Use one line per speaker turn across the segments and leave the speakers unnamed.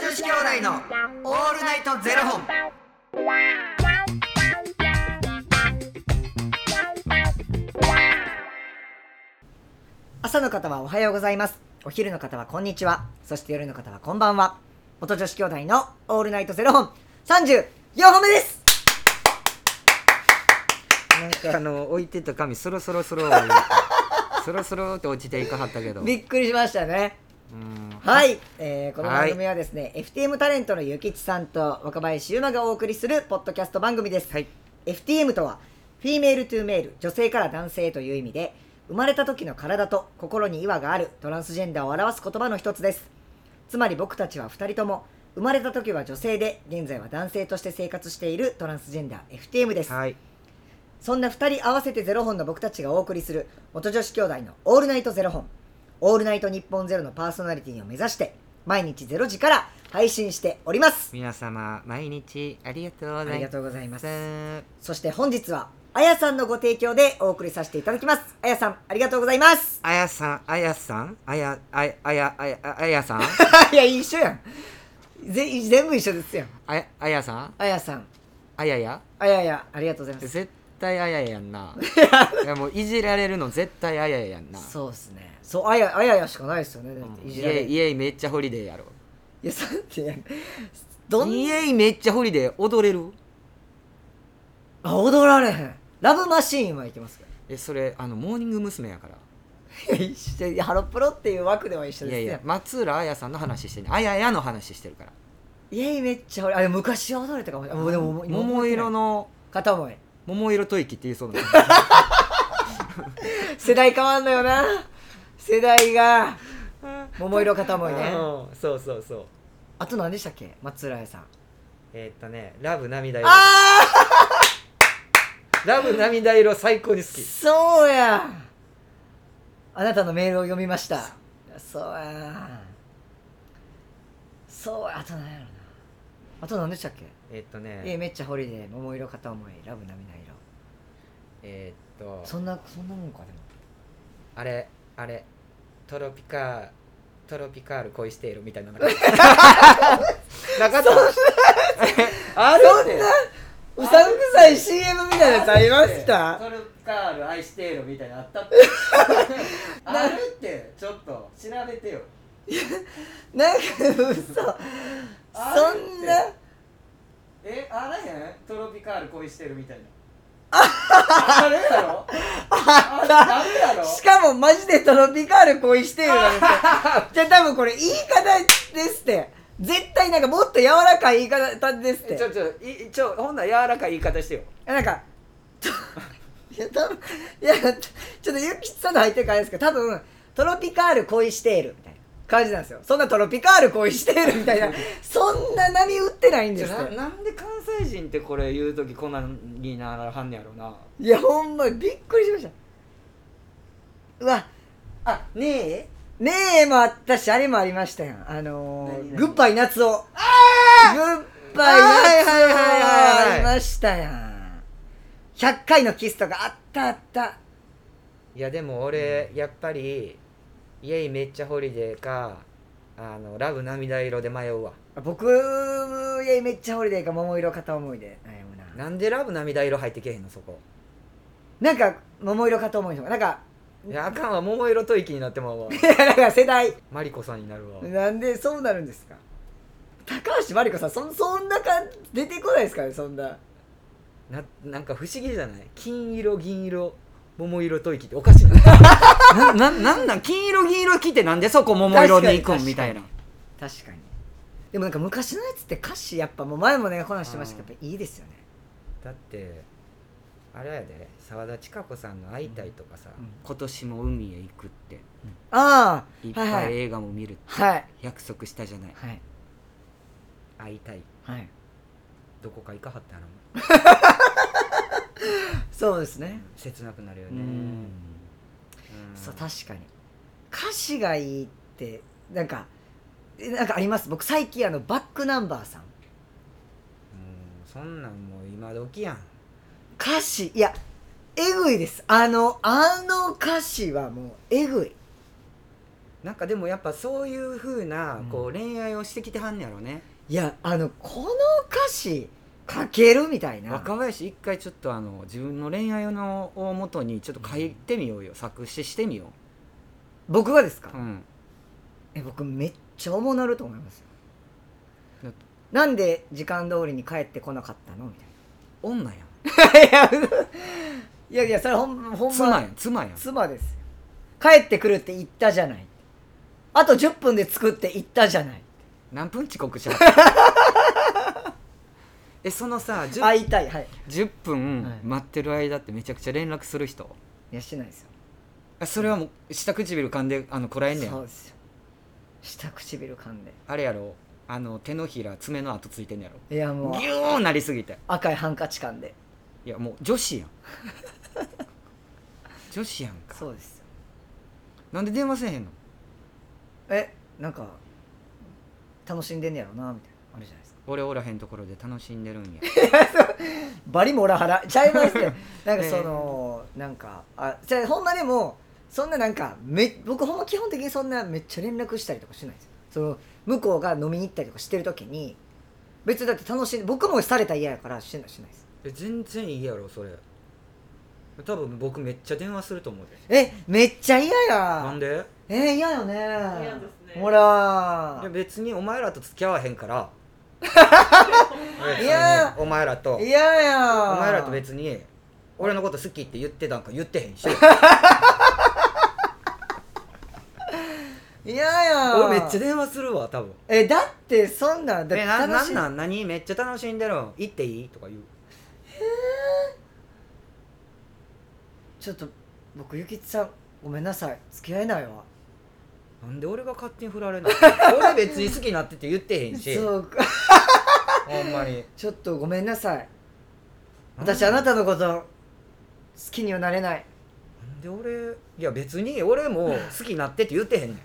子兄弟のオールナイトゼロ本。
朝の方はおはようございます。お昼の方はこんにちは。そして夜の方はこんばんは。元女子兄弟のオールナイトゼロ本34本目です
なんかあの置いてた紙そろそろ そろそろそろって落ちていかはったけど。
びっくりしましたね。
うん
はい、えーこの番組はですね、FTM タレントのゆきちさんと若林優馬がお送りするポッドキャスト番組です、FTM とはフィメールトゥーメール女性から男性という意味で生まれた時の体と心に違和があるトランスジェンダーを表す言葉の一つですつまり僕たちは2人とも生まれた時は女性で現在は男性として生活しているトランスジェンダー FTM です、
はい。
そんな2人合わせてゼロ本の僕たちがお送りする元女子兄弟の「オールナイトゼロ本」「オールナイト日本ゼロのパーソナリティを目指して毎日ゼロ時から配信しております
皆様毎日ありがとうございます。
ありがとうございます
す。
そして本日はあやさんのご提供でお送りさせていただきますあやさんありがとうございます
あやさんあやさんあやあやあやあやあ やさん
いや一緒やんぜ全部一緒ですよ
あやあやさん
あやさん
あやや
あややありがとうございます
絶対あややや んな。いやもういじられるの絶対あやややんな。
そうですねそうあやあややしかないですよね、だってい
イ
じられる
エイイエイめっちゃホリデーやろ。
いやさってどん
イエイめっちゃホリデー踊れる？
あ踊られへんラブマシーンはいけますか
えそれあのモーニング娘やから。
いや一緒いやハロプロっていう枠では一緒
い
です
や
ね
いや松浦あやさんの話してんねんあややの話してるから。
イエイめっちゃ俺あれ昔は踊れたかもしれないあでももう今
桃色の
片思い
桃色吐息って言いそうな
世代変わんのよな世代が桃色片思いね
うんそうそうそう
あと何でしたっけ松浦亜弥さん
えーっとねラブ涙色
あ
ラブ涙色最高に好
あそうやあなたのメールを読みましたそうやそうやあと何やろなあと何でしたっけ
えーっと
イエイ
ね
めっちゃホリデー桃色片思いラブ涙色
えーっと
そんなそんなもんかでも
あれあれトロピカトロピカール恋しているみたい なのなかったなかった あるって
うさんくさい CM みたいなやつありました
トロピカール愛しているみたいなのあ ったってあるってちょっと調べてよ
なんか嘘そ
ある
んな
えあらへんトロピカール恋してるみたい なあるやろあれあるやろ
しかもマジでトロピカール恋してる なんてじゃあ多分これ言い方ですって絶対なんかもっと柔らかい言い方ですって
え ちょちょいちょほんなら柔らかい言い方してよ
なんか といや多分いやちょっとゆきさんの入ってるからあれですけど多分トロピカール恋しているみたいな感じなんですよそんなトロピカール恋しているみたい なそんな波打ってないんですよ
んで関西人ってこれ言う時こんなにならはんねやろない
やほんまびっくりしましたうわ
あねえ
ねえもあったしあれもありましたやんあの
何
ー、
何
グッバイ夏をグッバイ夏
はいはいはいはい
をありましたやん100回のキスとかあったあった
いやでも俺やっぱり「イエイめっちゃホリデーか」あのラブ涙色」で迷うわ
僕いやめっちゃホリデーか桃色片思いで悩むな
なんでラブ涙色入ってけへんのそこ
なんか桃色片思いとかなんか
いやあかんわ桃色吐息になってま うわ
いや なんか世代
マリコさんになるわ
なんでそうなるんですか高橋真理子さんそんそんな感じ出てこないですかねそんな
ななんか不思議じゃない金色銀色桃色吐息っておかしいな なななんなん金色銀色着てなんでそこ桃色に行く
確かに
んみたいな
確かにでもなんか昔のやつって歌詞やっぱもう前もねこなしてましたけどやっぱいいですよね、
だってあれやで澤田千佳子さんの「会いたい」とかさ、
うん
今年も海へ行く」って
あ
いっ
あは
ぱい
い
映画も見るって
はい
約束したじゃない
はい
「会いたい
はい」
どこか行かはったの
そうですね、
切なくなるよね
うん
うん
そう確かに歌詞がいいってなんかえなんかあります僕最近あのバックナンバーさん
うんそんなんもう今時やん
歌詞いやえぐいですあのあの歌詞はもうえぐい
なんかでもやっぱそういう風なこう恋愛をしてきてはんねやろね、
いやあのこの歌詞書けるみたいな
若林一回ちょっとあの自分の恋愛のをもとにちょっと書いてみようよ作詞してみよ
僕がですか、
う、うん、
え僕めっちゃおもなると思います
だ
よなんで時間通りに帰ってこなかったのみたいな
女やん
い やいやいやそれほんほんま
妻やん妻やん
妻ですよ帰ってくるって言ったじゃないあと10分で作って言ったじゃない
何分遅刻しちゃった えそのさ 10,
会いたいはい
10
はい
分待ってる間ってめちゃくちゃ連絡する人
いやしてないですよ
あそれはもう下唇噛んであのこらえんね
そうんですよ下唇噛んで
あれやろあの手のひら爪の跡ついてんねやろ
いやもう
ギューンなりすぎて
赤いハンカチ噛んで
いやもう女子やん女子やんか
そうですよ
なんで電話せえへんの
えなんか楽しんでんねやろなみたいなあれじゃないですか
俺おらへんところで楽しんでるんや
バリモラハラちゃいますねなんかその、なんかあじゃあほんまでもそんななんかめ僕ほんま基本的にそんなめっちゃ連絡したりとかしないんですよその向こうが飲みに行ったりとかしてる時に別にだって楽しんで僕もされたら嫌やからしてないしないです
え全然いいやろそれ多分僕めっちゃ電話すると思うで
えめっちゃ嫌
な
や
んで
えー、嫌よね
ですね
ほら
いや別にお前らと付き合わへんから
いや
お前らとお
嫌や
前らと別に俺のこと好きって言ってたんか言ってへんし
嫌や
俺めっちゃ電話するわ多分
えだってそんなんだって
えななん
楽し
なん何めっちゃ楽しんでるん行っていいとか言う
ちょっと僕ゆきつさんごめんなさい付き合えないわ
なんで俺が勝手に振られない俺別に好きになってて言ってへんし
そうか
ほんまに
ちょっとごめんなさい私あなたのこと好きにはなれない
なんで俺いや別に俺も好きになってって言ってへんね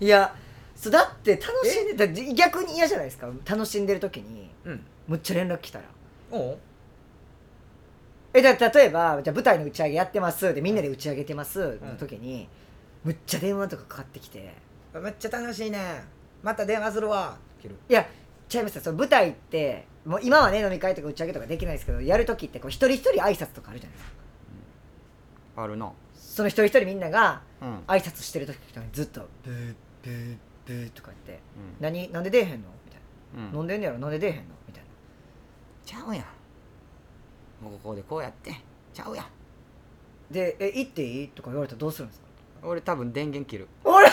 ん
いやそうだって楽しんでたじ逆に嫌じゃないですか楽しんでる時に
うん
むっちゃ連絡来たら
おう
えだ例えばじゃあ舞台の打ち上げやってますでみんなで打ち上げてますの時に、むっちゃ電話とかかかってきて
めっちゃ楽しいねまた電話するわ切る
いやちゃいましたその舞台ってもう今はね飲み会とか打ち上げとかできないですけどやる時ってこう一人一人挨拶とかあるじゃないですか
あるな
その一人一人みんなが
うん
挨拶してる時とかにずっと「ブーブーブー」とか言って「何なんで出えへんの?」みたいな「飲んでんねやろなんで出えへんの?」みたいな
ちゃうやんもうここでこうやってちゃうやん
で「え行っていい?」とか言われたらどうするんですか
俺多分電源切る
俺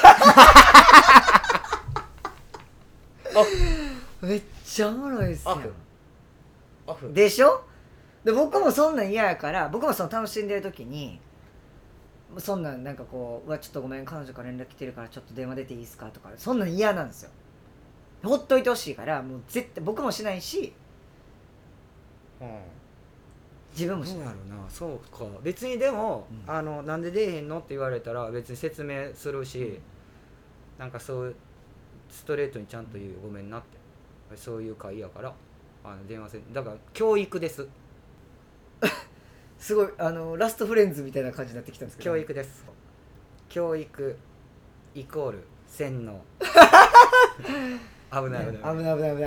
めっちゃおもろいっす
オ
よ
フオフ
でしょで僕もそんなん嫌やから僕もその楽しんでる時にそんなんなんかこう「うわちょっとごめん彼女から連絡来てるからちょっと電話出ていいですか?」とかそんなん嫌なんですよほっといてほしいからもう絶対僕もしないし自分もし
そう
ない
やろなそうか別にでも、
うん
あのなんで出えへんのって言われたら別に説明するし、なんかそうストレートにちゃんと言う、ごめんなってそういう会やからあの電話せんだから教育です
すごいあのラストフレンズみたいな感じになってきたんですけど
教育です教育イコール洗 脳危
危
な
ないい
危
危
ない
ない危ない危ない
危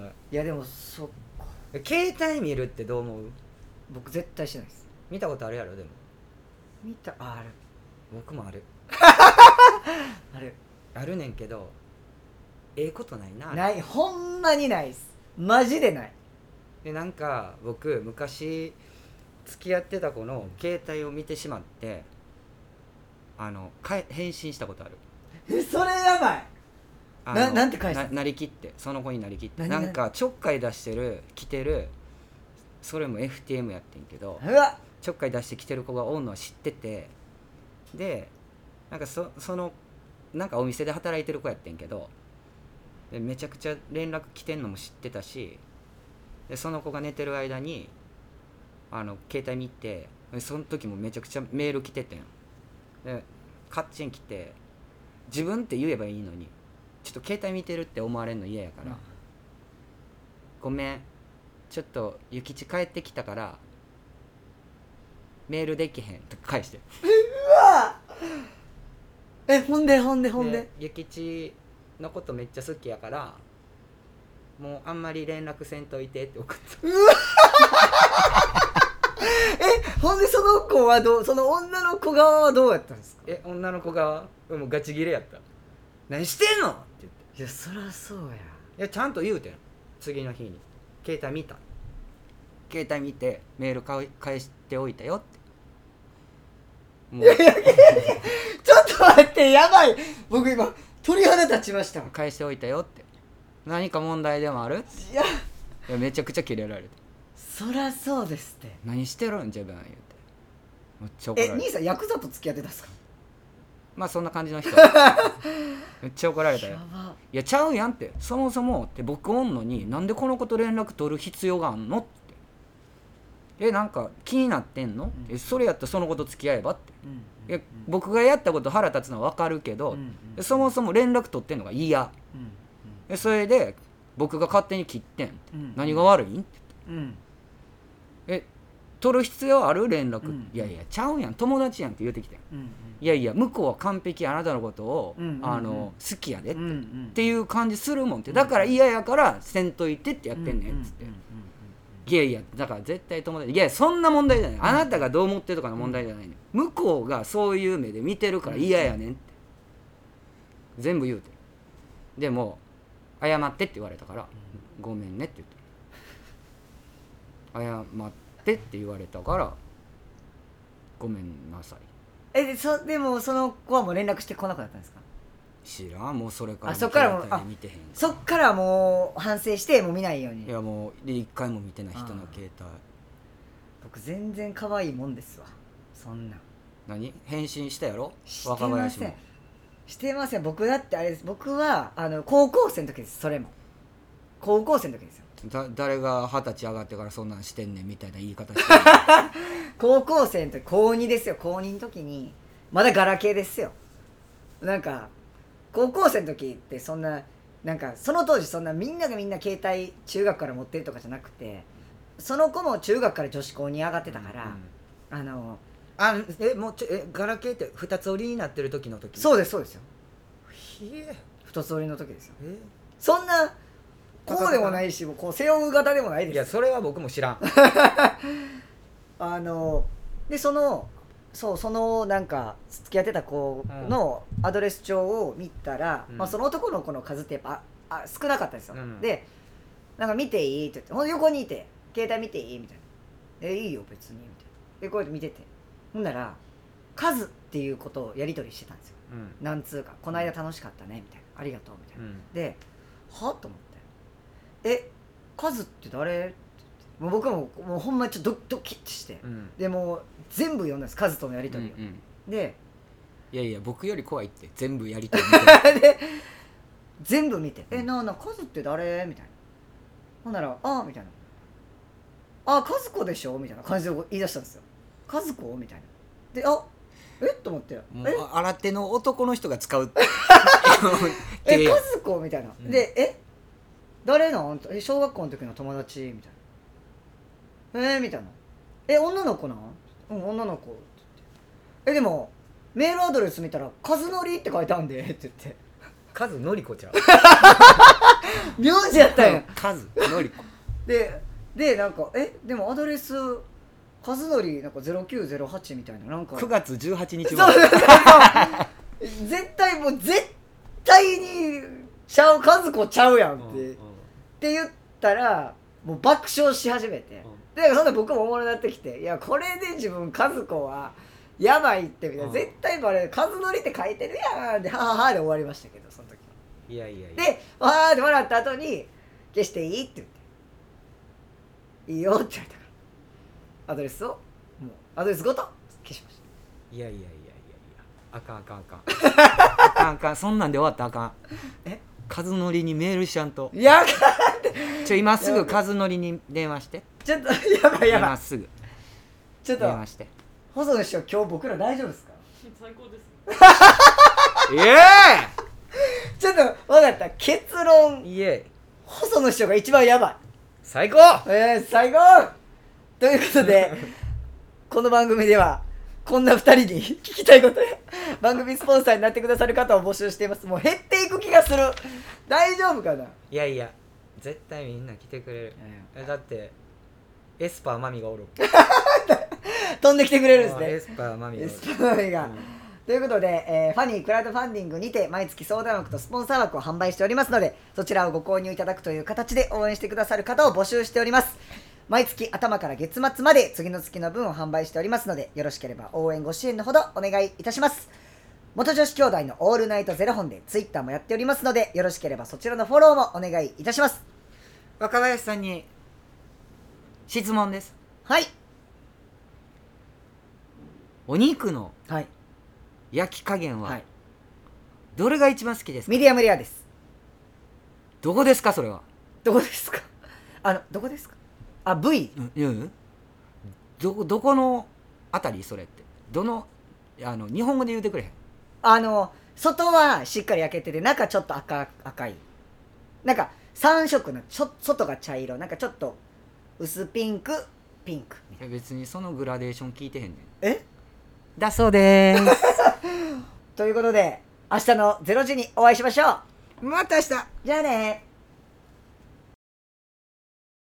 ない
いやでもそっか
携帯見るってどう思う
僕絶対しないです
見たことあるやろでも
見たあある
僕もある
ある
あるねんけどええことないなあれ
ないほんまにないっすマジでない
でなんか僕昔付き合ってた子の携帯を見てしまってあのかえ返信したことある
えそれやばい
あ
な
の
なんて返したの
ななりきってその子になりきって
何
なんかちょっかい出してる着てるそれも FTM やってんけど
うわ
ちょっかい出してきてる子がおんのは知っててでなんかそそのなんかお店で働いてる子やってんけどでめちゃくちゃ連絡来てんのも知ってたしでその子が寝てる間にあの携帯見てでその時もめちゃくちゃメール来ててんでカッチン来て自分って言えばいいのにちょっと携帯見てるって思われるの嫌やから、ごめんちょっと諭吉帰ってきたからメールできへんって返して
えほんでほんでほんで、
で諭吉のことめっちゃ好きやからもうあんまり連絡せんといてって送った
ほんでその子はどうその女の子側はどうやったんですか
え女の子がもうガチギレやった何してんのって言って
いやそりゃそうや
いやちゃんと言うてん次の日に携帯見た携帯見てメールか返しておいたよってもう
ちょっと待ってやばい僕今鳥肌立ちました
返しておいたよって何か問題でもある
いや
いやめちゃくちゃキレられて
そりゃそうですって
何してるん自分言うてめっちゃ怒ら
え
れ
兄
て
さんヤクザと付き合ってたんですか
まあそんな感じ の人めっちゃ怒られたよ
やば
いやちゃうやんってそもそもって僕おんのになんでこの子と連絡取る必要があんのってえなんか気になってんの、えそれやったらその子と付き合えばって、
うん
いや僕がやったこと腹立つのは分かるけど、
うん
えそもそも連絡取ってんのが嫌
うん
えそれで僕が勝手に切ってんって、
うん
何が悪いんって
うん
え取る必要ある連絡、
うん
いやいやちゃうやん友達やんって言うてきてん
うん
いやいや向こうは完璧あなたのことを、
うんうんうん
あの好きやでって、
うん
っ
ん
ていう感じするもんってだから嫌やからせんといてってやってんねんっつって、いやいやだから絶対友達いやそんな問題じゃないあなたがどう思ってるとかの問題じゃないねん向こうがそういう目で見てるから嫌やねんって全部言うてでも謝ってって言われたからごめんねって言って謝ってって言われたからごめんなさい
えでそでもその子はもう連絡してこなくなったんですか
知らんもうそれから
あそっからもう
携帯見てへんから
そっからもう反省してもう見ないように
いやもうで一回も見てない人の携帯
僕全然可愛いもんですわそんなん
何返信したやろ
して
若
ま
林
せん
も
してません僕だってあれです僕はあの高校生の時ですそれも高校生の時ですよ
だ誰が二十歳上がってからそんなんしてんねんみたいな言い方 してる
高校生の時高2ですよ高2の時にまだガラケーですよなんか高校生の時ってそんななんかその当時そんなみんながみんな携帯中学から持ってるとかじゃなくてその子も中学から女子校に上がってたから、あの
あえもうちょえガラケーって二つ折りになってる時の時
そうですそうですよ
ひえ
太つ折りの時ですよ
え
そんなこうでもないしこう背負う型でもない
い
です
やそれは僕も知らん
あのでそのそうそのなんか付き合ってた子のアドレス帳を見たら、
うん
まあ、その男の子の数ってやっぱああ少なかったんですよ、
うん
でなんか見ていいって言ってほんで横にいて携帯見ていいみたいな「えいいよ別に」みたいなでこうやって見ててほんなら数っていうことをやり取りしてたんですよ
うん
何通か「この間楽しかったね」みたいな「ありがとう」みたいな
う、ん
ではと思って「えカズって誰?」って言ってもう僕ももうほんまにちょっとドドキッとして、
うん
でもう全部読んだんですカズとのやり
う
取りを、
ん
で
いやいや僕より怖いって全部やりたい
で全部見て「えなあなあカズって誰?」みたいなほんなら「ああ」みたいな「ああ和子でしょ?」みたいな感じで言い出したんですよ「和子?」みたいなで「あえっ?」と思って「
も
え
うあ新手の男の人が使 う
え、
や
和子みたいな。
うん
で、え誰なんえ、小学校の時の友達みたいな。えーみたいな。え、女の子なんうん、女の子。って言ってえ、でも、メールアドレス見たら、和則って書いてあんで、って言って。
カズのりこちゃん
名字やったんや。
カズのり こ
で、で、なんか、え、でもアドレス、和則なんか0908みたいな。なんか、
9月18日
そうそう
ま
そうそう絶対もう、絶対に、ちゃう、和子ちゃうやんって。
で
って言ったらもう爆笑し始めて、でそんな僕もおもろになってきて「いやこれで自分和子はやばい」ってみたいな、
うん
絶対バレる「和則」って書いてるやんで「ははは」で終わりましたけどその時
いやいやいや
で「わー」って笑った後に「消していい?」って言って「いいよ」って言われたからアドレスをもうアドレスごと消しました
いやいやいやいやいやあかんあかんあかんあかんあかんそんなんで終わったらあかん
え
カズノリにメールしちゃんと
いや
ちょ今すぐカズノリに電話して
ちょっとやばいやば
今
い
すぐ
ちょっ
電
と
話して
細野師匠今日僕ら大丈夫ですか
最高です
イエ
ちょっと分かった結論
ーイイエー
細野師匠が一番やばい
最高
えー、最高ということでこの番組ではこんな二人に聞きたいことや番組スポンサーになってくださる方を募集していますもう減っていく気がする大丈夫かな、
いやいや絶対みんな来てくれるえだってエスパーマミがおる
飛んできてくれるん
エ
です
スパーマミ
ね
がお
エ
る
スパーが、
うん
ということで、えーファニークラウドファンディングにて毎月相談枠とスポンサー枠を販売しておりますのでそちらをご購入いただくという形で応援してくださる方を募集しております毎月頭から月末まで次の月の分を販売しておりますのでよろしければ応援ご支援のほどお願いいたします元女子兄弟のオールナイトゼロ本でツイッターもやっておりますのでよろしければそちらのフォローもお願いいたします
若林さんに質問です
はい
お肉の
はい
焼き加減
は
はいどれが一番好きですか、
ミディアムレアです
どこですかそれは
どこですかあのどこですかあ V
うんどこどこのあたりそれってどのあの日本語で言うてくれへん
あの外はしっかり焼けてて中ちょっと赤赤いなんか3色のちょ外が茶色なんかちょっと薄ピンクピンク
え別にそのグラデーション聞いてへんねん
え
だそうでーす
ということで明日の0時にお会いしましょう
また明日
じゃあね